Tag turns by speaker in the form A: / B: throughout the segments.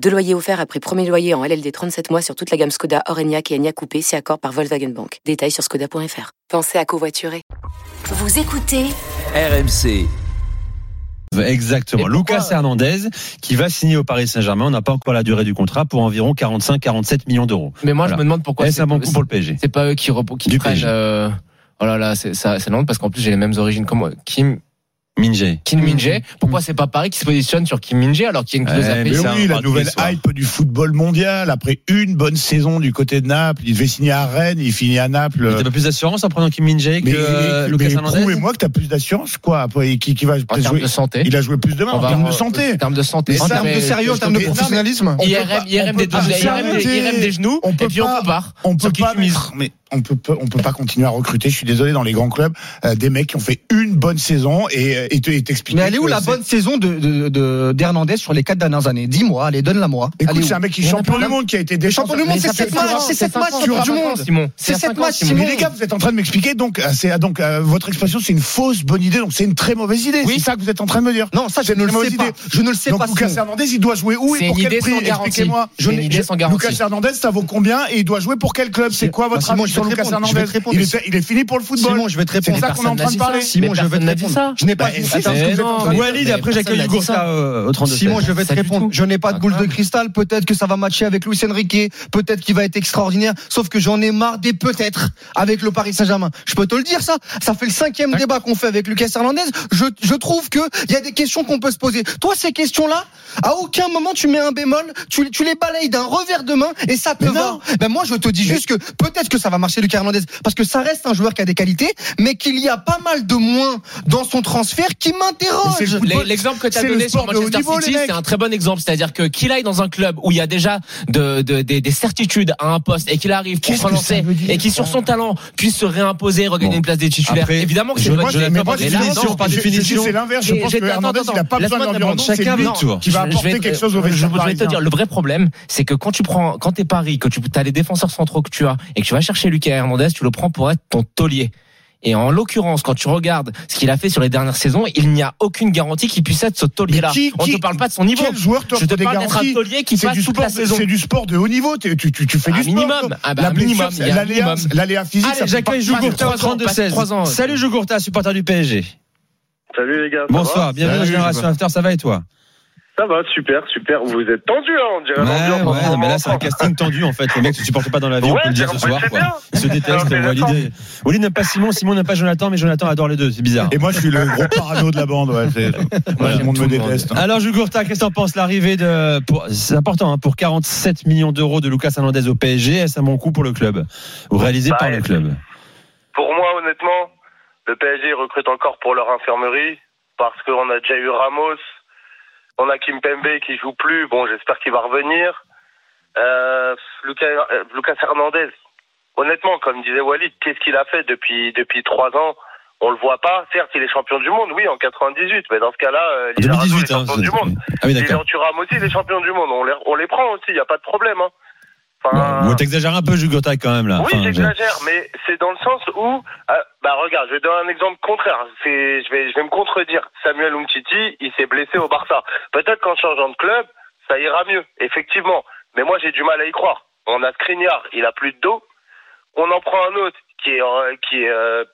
A: Deux loyers offerts après premier loyer en LLD 37 mois sur toute la gamme Skoda, Orenia et Enya Coupé, si accord par Volkswagen Bank. Détails sur skoda.fr. Pensez à covoiturer.
B: Vous écoutez
C: RMC.
D: Exactement. Lucas Hernandez qui va signer au Paris Saint-Germain. On n'a pas encore la durée du contrat pour environ 45-47 millions d'euros.
E: Mais moi,
D: Voilà.
E: je me demande pourquoi.
D: Et c'est un bon coup pour le PSG.
E: C'est pas eux qui, repos- qui
D: Du
E: prennent.
D: PSG.
E: euh, Oh là là, c'est ça, c'est normal parce qu'en plus j'ai les mêmes origines que moi. Kim,
D: Minjay.
E: Kim Min-jae. Pourquoi c'est pas Paris qui se positionne sur Kim Min-jae alors qu'il y a une clause
D: Eh,
E: à
D: mais
F: Mais
D: ça, on en
F: oui, la
D: parle tous les
F: nouvelle
D: soirs.
F: hype du football mondial. Après une bonne saison du côté de Naples, il devait signer à Rennes, il finit à
D: Mais
F: Naples.
D: T'as pas plus d'assurance en prenant Kim Min-jae que
F: Mais,
D: euh,
F: mais-
D: Lucas
F: mais
D: Hernandez
F: prouvez-moi que t'as plus d'assurance, quoi. Après, qui, qui va
E: En
F: peut-être
E: termes
F: jouer
E: de santé.
F: Il a joué plus demain
E: On
F: en
E: va-
F: termes de
E: En
F: santé.
E: termes de santé.
F: Mais
E: en
F: ça,
E: termes de sérieux, en termes de
F: professionnalisme.
E: IRM, IRM des,
F: pas-
E: IRM des,
F: arrêtez.
E: IRM des genoux,
F: On
E: et
F: peut
E: puis on
F: pas-
E: compare.
F: On peut
E: Sur qui
F: pas
E: tu mises
F: mettre- mais on peut pas- on peut pas continuer à recruter. Je suis désolé dans les grands clubs euh, des mecs qui ont fait une bonne saison et euh, et te- et t'expliquer.
G: Mais elle est où
F: que
G: la
F: c'est-
G: bonne saison de- de de- d'Hernandez sur les quatre dernières années Dis-moi, allez, donne-la moi. Elle est
F: Écoute,
G: où
F: c'est un mec qui est
G: On a
F: champion
G: pas-
F: du monde qui a été des
G: Champion du
E: Mais
G: monde, c'est
E: ça fait
G: sept matchs,
E: cinq ans,
G: c'est sept
E: cinq
G: matchs
E: ans,
G: sur
E: cinq
G: du
E: ans,
G: monde.
E: Simon.
G: C'est
E: cinq
G: sept
E: ans,
G: matchs,
E: Simon.
G: Simon.
F: Mais les gars, vous êtes en train de m'expliquer donc, euh, c'est donc euh, votre expression, c'est une fausse bonne idée. Donc c'est une très mauvaise idée.
G: Oui.
F: C'est ça que vous êtes en train de me dire.
G: Non, ça je
F: C'est
G: ne le
F: une
G: sais
F: mauvaise
G: pas.
F: idée.
G: Je ne le sais
F: donc
G: pas.
F: Lucas
G: Simon.
F: Hernandez, il doit jouer où et
E: C'est
F: pour
E: une
F: quel
E: idée
F: prix
E: sans garantie.
F: Expliquez-moi.
E: C'est une idée sans garantie.
F: Lucas Hernandez, ça vaut combien et il doit jouer pour quel club C'est quoi
G: Bah,
F: votre
G: Simon,
F: avis
G: je vais
F: sur
G: te
F: Lucas
G: répondre, je
F: Hernandez
G: vais te répondre.
F: il, est, il est fini pour le football.
G: Simon, je vais te
F: C'est
G: répondre.
F: ça qu'on est
E: personne n'a
F: en train de
E: dit ça.
F: parler.
G: Simon,
E: Mais
G: je vais
E: personne
G: te
E: n'a dit
G: répondre.
E: ça.
G: Je n'ai pas
F: Bah,
G: dit
F: si,
G: ça.
F: c'est ce que vous êtes en train de dire.
D: Walid, après
E: Personne
D: j'accueille
E: n'a dit
D: Hugo
E: ça.
D: Costa, euh, au 32
G: Simon, je vais te
E: Ça, du
G: répondre.
E: tout.
G: Je n'ai pas de boule de cristal. Peut-être que ça va matcher avec Luis Enrique. Peut-être qu'il va être extraordinaire. Sauf que j'en ai marre des peut-être avec le Paris Saint-Germain. Je peux te le dire, ça. Ça fait le cinquième débat qu'on fait avec Lucas Hernandez. Je, je trouve que il y a des questions qu'on peut se poser. Toi, ces questions-là, à aucun moment tu mets un bémol. Tu, tu les balayes d'un revers de main et ça te
F: Mais
G: va.
F: non.
G: Ben, moi, je te dis juste que peut-être que ça va marcher Lucas Hernandez. Parce que ça reste un joueur qui a des qualités, mais qu'il y a pas mal de moins dans son transfert qui
F: Mais c'est le
G: m'interroge.
F: football.
E: Les- L'exemple que tu as
F: C'est le
E: donné sur
F: sport de haut
E: Manchester
F: niveau, les
E: City,
F: mecs.
E: c'est un très bon exemple. C'est-à-dire que qu'il aille dans un club où il y a déjà de, de- des, des certitudes à un poste et qu'il arrive pour
F: Qu'est-ce
E: se
F: que ça
E: relancer
F: veut dire, Ah.
E: et qui sur son talent puisse se réimposer, regagner
D: Bon.
E: une place des titulaires.
D: Après,
E: Évidemment que c'est
D: je-
E: vrai.
F: Moi,
D: je-
F: je-
D: l'ai
F: mais
D: pas
F: moi,
D: dit.
F: je
D: Mais là,
F: dis-
D: non, par
F: je- je-
D: définition.
F: C'est l'inverse. Je
E: Et
F: pense
E: je
F: que
E: vais- attends,
F: Hernandez,
E: attends,
F: il n'a pas besoin
E: laisse-moi te
F: d'environnement.
E: répondre.
F: C'est
D: Chacun-
F: lui
D: non,
F: qui va
E: Je- je vais
F: apporter
E: te-
F: quelque chose au
E: je-
F: résultat
E: Je vais te
F: parisien.
E: dire, le vrai problème, c'est que quand tu prends, quand t'es Paris, que tu as les défenseurs centraux que tu as et que tu vas chercher Lucas Hernandez, tu le prends pour être ton taulier. Et en l'occurrence, quand tu regardes ce qu'il a fait sur les dernières saisons, il n'y a aucune garantie qu'il puisse être ce taulier-là.
F: Mais qui-
E: On ne
F: qui-
E: te parle pas de son niveau.
F: Quel joueur
E: Je
F: t'offre
E: te
F: des
E: parle d'être un
F: garanties
E: taulier qui
F: C'est
E: passe
F: du,
E: toute la
F: sport,
E: saison.
F: c'est du sport de haut niveau. T'es- Tu, tu, tu fais
E: Un
F: du sport.
E: minimum.
F: toi.
E: Ah bah,
F: La
E: un
F: blessure,
E: minimum,
F: c'est-
E: il y a un
F: l'aléa-
E: minimum.
F: L'aléa physique, ça
E: Allez,
F: fait
E: j'accueille
F: partie
E: Hugo.
F: du-
E: Trois ans, passe trois ans.
D: 32-16. Salut Hugo Costa, supporter du PSG.
H: Salut les gars. ça
D: Bonsoir,
H: va
D: bienvenue dans
F: Salut,
D: Génération
F: Hugo.
D: After, ça va et toi
H: Ça va, super, super. Vous êtes tendu, hein, on dirait.
D: Ouais,
H: l'ambiance en ce
D: ouais, non,
H: moment.
D: mais là c'est un casting tendu en fait. Les mecs se supportent pas dans la vie, on
H: Ouais,
D: peut le dire ce
H: c'est-
D: soir.
H: c'est bien.
D: Quoi. Ils se détestent,
H: C'est intéressant.
D: Walid. est- Walid n'aime pas Simon, Simon n'aime pas Jonathan, mais Jonathan adore les deux, c'est bizarre.
F: Et moi, je suis le gros parano de la bande. Ouais, c'est-
E: Moi,
F: le
E: j'aime
F: monde
E: tout
F: me
E: le monde.
F: déteste.
D: Alors Jugurta, qu'est-ce que t'en penses l'arrivée de pour- c'est important hein, pour 47 millions d'euros de Lucas Hernandez au PSG, est-ce un bon coup pour le club ou réalisé
H: Bah,
D: par le club
H: Pour moi, honnêtement, le PSG recrute encore pour leur infirmerie parce qu'on a déjà eu Ramos, on a Kim Pembe qui joue plus. Bon, j'espère qu'il va revenir. Euh, Lucas, euh, Lucas Hernandez, honnêtement, comme disait Walid, qu'est-ce qu'il a fait depuis depuis trois ans On le voit pas. Certes, il est champion du monde, oui, en 98, mais dans ce cas-là, euh,
D: En
H: Lizarazu
D: 2018
H: est
D: hein,
H: champion du monde.
D: c'est- Ah oui
H: Et
D: d'accord.
H: Thuram aussi, il est champion du monde. On les, on les prend aussi, il n'y a pas de problème. Hein. Enfin,
D: Bon, bon, t'exagères un peu Jugurta quand même là.
H: oui,
D: Enfin,
H: j'exagère, mais c'est dans le sens où, euh, bah regarde, je vais donner un exemple contraire. C'est, je vais, je vais me contredire. Samuel Umtiti, il s'est blessé au Barça. Peut-être qu'en changeant de club, ça ira mieux, effectivement. Mais moi, j'ai du mal à y croire. On a Skriniar, il a plus de dos. On en prend un autre qui est, euh, qui est euh,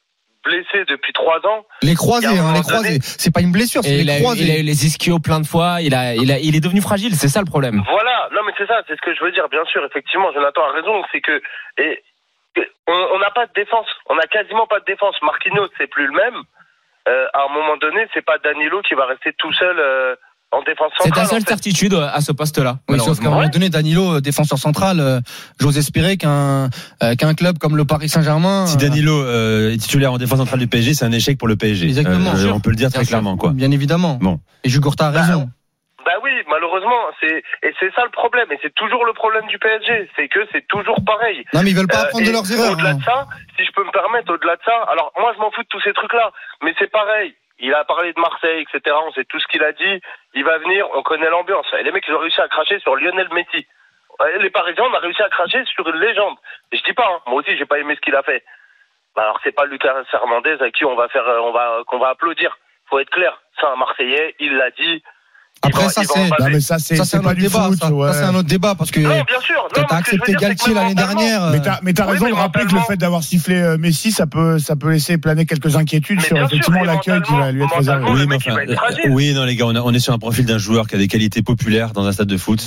H: blessé depuis trois ans.
G: Les croisés,
H: Il y a un
G: hein, les
H: moment donné-
G: croisés. C'est pas une blessure,
E: Et
G: c'est
E: il, a eu,
G: les
E: il a eu
G: croisés.
E: les ischios plein de fois. Il a, il a, il est devenu fragile. C'est ça le problème.
H: Voilà, non mais c'est ça, c'est ce que je veux dire, bien sûr, effectivement, Jonathan a raison, c'est que et, et on on n'a pas de défense, on n'a quasiment pas de défense. Marquinhos, c'est plus le même. Euh, à un moment donné, c'est pas Danilo qui va rester tout seul euh, en défense
E: C'est
H: centrale.
E: ta seule
H: en fait.
E: certitude euh, à ce poste-là.
G: Oui, sauf qu'à
E: malheureusement.
G: un moment donné, Danilo, euh, défenseur central, euh, j'ose espérer qu'un euh, qu'un club comme le Paris Saint-Germain.
D: Si Danilo euh, est titulaire en défense centrale du PSG, c'est un échec pour le PSG.
G: Exactement.
D: Euh, on peut le dire
G: Bien
D: très
G: sûr.
D: clairement
G: euh,
D: quoi.
G: Bien évidemment.
D: Bon.
G: Et Jugurta a raison.
H: Bah oui, oui, malheureusement, c'est et c'est ça le problème, et c'est toujours le problème du PSG, c'est que c'est toujours pareil.
G: Non, mais ils veulent pas
H: Euh,
G: apprendre de
H: et
G: leurs erreurs.
H: Au-delà
G: hein.
H: de ça, si je peux me permettre, au-delà de ça, alors moi je m'en fous de tous ces trucs-là, mais c'est pareil. Il a parlé de Marseille, etc. On sait tout ce qu'il a dit. Il va venir, on connaît l'ambiance. Et les mecs, ils ont réussi à cracher sur Lionel Messi. Ouais, Les Parisiens, on a réussi à cracher sur une légende. Je dis pas, hein, moi aussi, j'ai pas aimé ce qu'il a fait. Bah, alors c'est pas Lucas Hernandez à qui on va faire, euh, on va, qu'on va applaudir. Faut être clair. C'est un Marseillais, il l'a dit. Il
G: Après,
H: va-
G: ça,
H: il va
G: c'est- Bah,
H: en
F: Non,
H: parler.
F: mais ça, c'est
G: Ça, c'est
F: c'est
G: un
F: pas
G: autre
F: du
G: débat.
F: foot,
G: ça.
F: ouais.
G: Ça, c'est un autre débat parce que
H: Non, bien sûr.
G: t'as
H: Non,
G: t'as
H: mais ce que je veux
G: accepté
H: dire, c'est que
G: Galtier l'année
H: mentalement,
G: dernière. euh,
F: Mais t'as, mais t'as
H: Oui,
F: raison
H: mais
F: de rappeler que le
H: mentalement-
F: fait d'avoir sifflé euh, Messi, ça peut, ça peut laisser planer quelques inquiétudes
H: Mais
F: sur
H: bien sûr,
F: effectivement
H: et
F: l'accueil qui va lui être
H: mentalement-
F: réservé.
H: mentalement,
D: Oui,
H: le
D: mais
H: mec, il
D: enfin,
H: va être fragile.
D: euh, oui, non, les gars, on, a- on est sur un profil d'un joueur qui a des qualités populaires dans un stade de foot,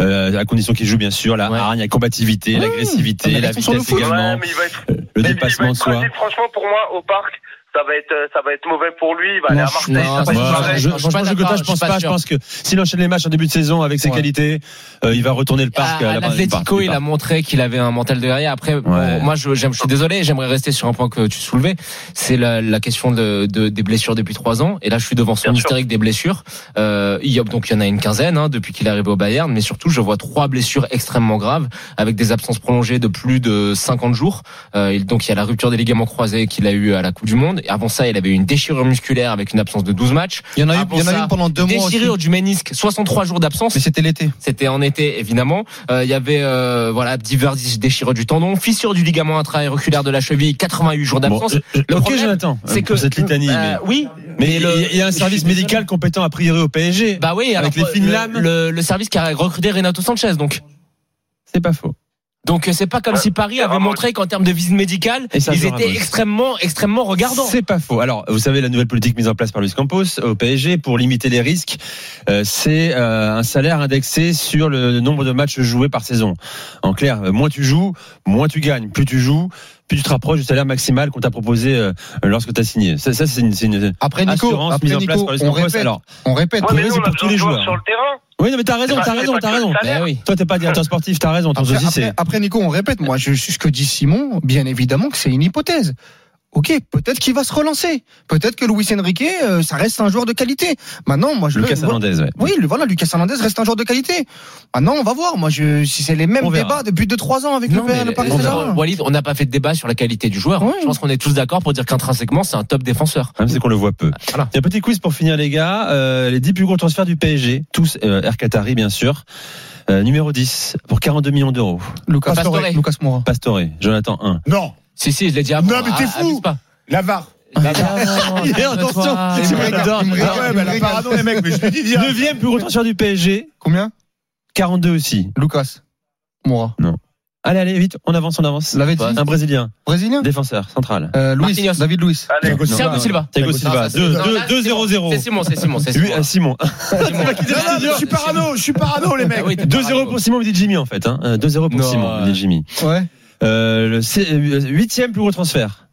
D: euh, à condition qu'il joue bien sûr la
E: Ouais.
D: hargne, la combativité,
G: on
D: l'agressivité,
G: a
D: la
G: raison sur le
D: vitesse
G: foot.
D: également,
H: Ouais, mais il va être
D: le
H: Mais il va
D: dépassement de
H: être
D: soi.
H: fragile, franchement, pour moi, au parc, ça va être, euh, ça va être mauvais pour lui. Il va aller à
E: Non,
H: Marseille.
E: non,
H: ça va
E: c'est
H: être
E: pas
D: Moi,
H: pareil.
E: vrai.
D: je,
E: Je suis pas
D: franchement, je,
E: d'accord,
D: Jogota, je
E: je suis
D: pense
E: pas
D: pas. Je
E: sûr.
D: pense que s'il enchaîne les matchs en début de saison avec ses
G: Ouais.
D: qualités, euh, il va retourner le parc.
E: à
D: la-
E: l'Atlético,
D: le
E: Ah, il a
D: parc.
E: montré qu'il avait un mental de guerrier. Après, bon,
D: Ouais.
E: moi, je, j'aime- je suis désolé, j'aimerais rester sur un point que tu soulevais. C'est la, la question de, de- des blessures depuis trois ans. Et là, je suis devant son
H: Bien sûr.
E: historique des blessures. Euh, il y a, donc, il y en a une quinzaine hein, depuis qu'il est arrivé au Bayern. Mais surtout, je vois trois blessures extrêmement graves avec des absences prolongées de plus de 50 jours. Euh, il- donc, il y a la rupture des ligaments croisés qu'il a eu à la Coupe du Monde. Et avant ça, il avait eu une déchirure musculaire avec une absence de 12 matchs.
G: Il y en a eu,
E: Ah,
G: il y en a
E: bon,
G: eu
E: ça.
G: pendant deux mois. aussi.
E: Déchirure du ménisque, 63 jours d'absence.
G: Mais c'était l'été.
E: C'était en été, évidemment. Euh, Il y avait euh, voilà divers déchirures du tendon, fissure du ligament intra-auriculaire de la cheville, 88 jours
D: Bon,
E: d'absence.
D: euh, euh,
E: Le
D: ok,
E: problème,
D: Jonathan, euh,
E: C'est que
D: pour cette litanie.
E: Euh,
D: mais-
E: oui,
D: Mais
E: mais le-
D: il y a- il y a un
E: je
D: service
E: suis désolé.
D: médical compétent a priori au PSG.
E: bah oui,
D: Avec
E: alors,
D: les fines
E: le-
D: lames.
E: Le, le service qui a recruté Renato Sanchez, donc.
D: C'est pas faux.
E: Donc euh, c'est pas comme
H: Ouais,
E: si Paris
H: c'est
E: avait
H: Ramos.
E: montré qu'en termes de visite médicale,
D: Et ça,
E: ils
D: c'est
E: étaient
D: Ramos.
E: extrêmement, extrêmement regardants.
D: C'est pas faux. Alors, vous savez, la nouvelle politique mise en place par Luis Campos au PSG pour limiter les risques, euh, c'est euh, un salaire indexé sur le nombre de matchs joués par saison. En clair, euh, moins tu joues, moins tu gagnes. Plus tu joues, plus tu te rapproches du salaire maximal qu'on t'a proposé euh, lorsque tu as signé. Ça, ça, c'est une, c'est une
G: Après Nico,
D: assurance
G: après
D: mise en place
G: Nico,
D: par Luis
G: on
D: Campos.
G: répète,
D: Alors,
G: on répète.
H: Ouais,
D: Pour
H: mais
D: eux,
H: nous,
D: c'est
H: on a
D: pour
H: besoin
D: tous les
H: de joueurs
D: joueurs.
H: sur le terrain.
D: oui, non, mais t'as raison, t'as
H: C'est pas-
D: raison, t'as
H: c'est pas que
D: raison.
H: le salaire.
E: Eh oui.
D: Toi, t'es pas directeur sportif, t'as raison. Ton
G: Après,
D: souci, Ah, c'est
G: après- après, Nico, on répète. Moi, je, ce que dit Simon, bien évidemment que c'est une hypothèse. Ok, peut-être qu'il va se relancer. Peut-être que Luis Enrique, euh, ça reste un joueur de qualité. Maintenant, moi, je
D: Lucas
G: moi-
D: Hernandez. ouais.
G: Oui, le, voilà, Lucas Hernandez reste un joueur de qualité. Maintenant, on va voir. Moi, je, si c'est les mêmes
D: On verra.
G: débats depuis 2-3 ans avec
E: Non,
G: le, P-
E: mais
G: le Paris
E: on-
G: Saint-Germain.
E: Walid, on n'a pas fait de débat sur la qualité du joueur.
G: Ouais.
E: Je pense qu'on est tous d'accord pour dire qu'intrinsèquement, c'est un top défenseur.
D: Même c'est qu'on le voit peu.
E: Voilà.
D: Il y a un petit quiz pour finir, les gars. Euh, les 10 plus gros transferts du PSG, tous euh, Air Qatari, bien sûr. Euh, numéro 10, pour 42 millions d'euros.
G: Lucas
E: Pastore.
G: Moura. Lucas Moura.
D: Pastore, Jonathan 1.
F: Non,
E: Si, si, je l'ai dit avant.
F: Non, mais t'es
E: Ah,
F: fou.
E: abuse pas.
F: Lavare.
D: attention,
E: Calme-toi.
D: c'est
G: Il me
D: pas
G: regarde,
D: dedans.
G: il me
F: Ah
G: regarde,
F: ouais,
G: il
F: bah
G: me
F: la
G: regarde.
F: parano, les mecs, mais je te dis, dire.
D: Neuvième plus gros transfert du PSG,
G: Combien
D: 42 aussi.
G: Lucas Moura.
D: Allez, allez, vite, on avance, on avance.
G: L'avait dit.
D: Un Brésilien,
G: Brésilien
D: défenseur, central.
G: euh, Luis,
E: Marquinhos.
G: David Luis.
H: Allez,
D: Non,
E: Thiago
D: non,
E: Silva.
D: Thiago
E: Non, bah,
D: Silva,
E: ça, c'est- non, là, c'est Simon. C'est
D: 2-0-0.
E: Simon, c'est Simon, euh, c'est
D: Lui,
E: Simon.
D: à Simon.
F: Non, non, je suis parano, je suis parano, les mecs.
E: Ah oui, t'es
D: 2-0
E: parano.
D: pour Simon, me dit Jimmy en fait. Hein. Euh, 2-0 pour
E: Non.
D: Simon, me dit Jimmy.
G: Ouais.
D: Euh, le c- euh, huitième plus gros transfert.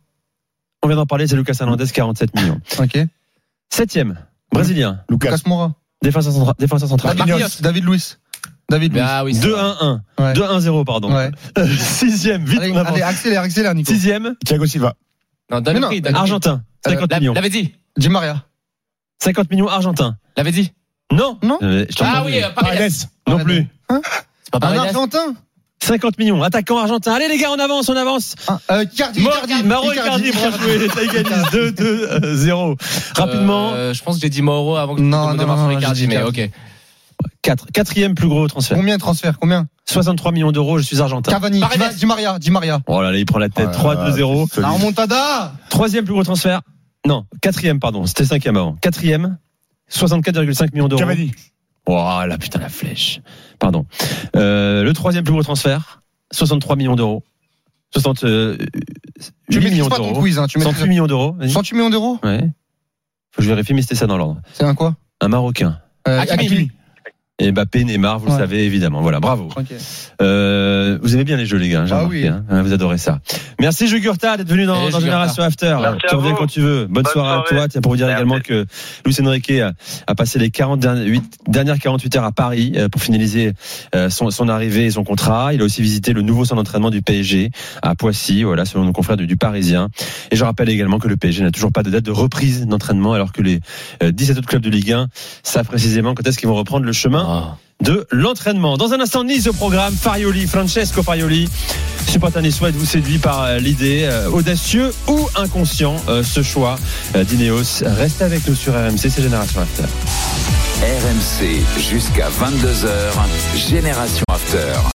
D: On vient d'en parler, c'est Lucas Hernandez, 47 millions.
G: Ok.
D: Septième, Brésilien,
F: Lucas.
G: Lucas Moura.
D: défenseur centra- défenseur central.
G: David Luis. David Luis. David Luis.
E: Ah Bah, oui, c'est vrai.
D: 2-1-1.
G: Ouais.
D: 2-1-0, pardon.
G: Ouais.
D: Euh, Sixième, vite,
G: Allez,
D: on avance.
G: allez, accélère, accélère, Nico.
D: Sixième,
F: Thiago Silva.
E: Non, donne
G: Mais
E: le
G: non,
E: prix, donne le prix.
D: Argentin, 50
E: Euh, L'a-
D: millions.
E: L'avait dit.
G: Di Maria.
D: 50 millions Argentin.
E: L'avait dit.
D: Non.
G: Non.
D: Euh, je t'en
E: Ah
D: demande.
E: oui, euh, Paredes.
F: Paredes.
D: Non plus.
E: C'est pas
G: Un
E: Paredes.
G: Argentin.
D: 50 millions. Attaquant argentin. Allez les gars, on avance, on avance.
G: Ah, euh, Icardi, Icardi,
D: Maro Icardi, bien joué. Les Taïganis, 2-2-0. euh, Rapidement.
E: Euh, je pense que j'ai dit Mauro avant que
G: Non,
E: tu
G: non,
E: démarres sur
G: non,
E: Icardi,
G: j'ai dit Euh,
E: mais
G: Icardi.
E: ok.
D: Quatre. Quatrième plus gros transfert.
G: Combien de transferts Combien
D: 63 millions d'euros, je suis argentin.
G: Cavani,
E: Paredes.
G: Di- Di Maria, Di Maria.
D: Oh là là, il prend la tête.
F: Ah là
D: 3-2-0.
F: là,
G: La
F: solide.
G: remontada
D: Troisième plus gros transfert. Non, quatrième, pardon. C'était cinquième avant. Quatrième, 64,5 millions d'euros.
F: Cavani.
D: Oh la putain, la flèche. Pardon. Euh, le troisième plus gros transfert, 63 millions d'euros. 60, euh, 8
G: Tu maîtrises
D: millions
G: pas ton
D: d'euros.
G: quiz, hein. Tu
D: 108
G: maîtrises.
D: millions d'euros. vas-y.
G: 108 millions d'euros
D: Ouais. Faut que je vérifie, mais c'était ça dans l'ordre.
G: C'est un quoi
D: Un Marocain.
G: euh,
E: Hakimi.
G: Hakimi.
D: Et Mbappé, Neymar, vous
G: Ouais.
D: le savez évidemment. Voilà, bravo.
G: Ok.
D: Euh, vous aimez bien les jeux, les gars. j'ai
G: Ah
D: remarqué,
G: oui.
D: hein. Hein, vous adorez ça. Merci Jugurta d'être venu dans,
E: Allez,
D: dans
E: Jugurtha.
D: Génération After.
H: Merci
D: tu
H: à
D: reviens
H: vous.
D: quand tu veux. Bonne,
H: Bonne
D: soirée, à
H: soirée.
D: toi. Tiens, pour vous dire
H: Merci.
D: également que Luis Enrique a, a passé les 40 dernières, huit- dernières 48 heures à Paris euh, pour finaliser euh, son, son arrivée et son contrat. Il a aussi visité le nouveau centre d'entraînement du PSG à Poissy, voilà, selon nos confrères du, du Parisien. Et je rappelle également que le PSG n'a toujours pas de date de reprise d'entraînement, alors que les euh, 17 autres clubs de Ligue 1 savent précisément quand est-ce qu'ils vont reprendre le chemin de l'entraînement. Dans un instant, Nice au programme, Farioli, Francesco Farioli. Supporter niçois, êtes-vous séduit par euh, l'idée euh, audacieux ou inconscient euh, ce choix euh, d'Ineos Restez avec nous sur RMC, c'est Génération After.
B: RMC jusqu'à 22h, Génération After.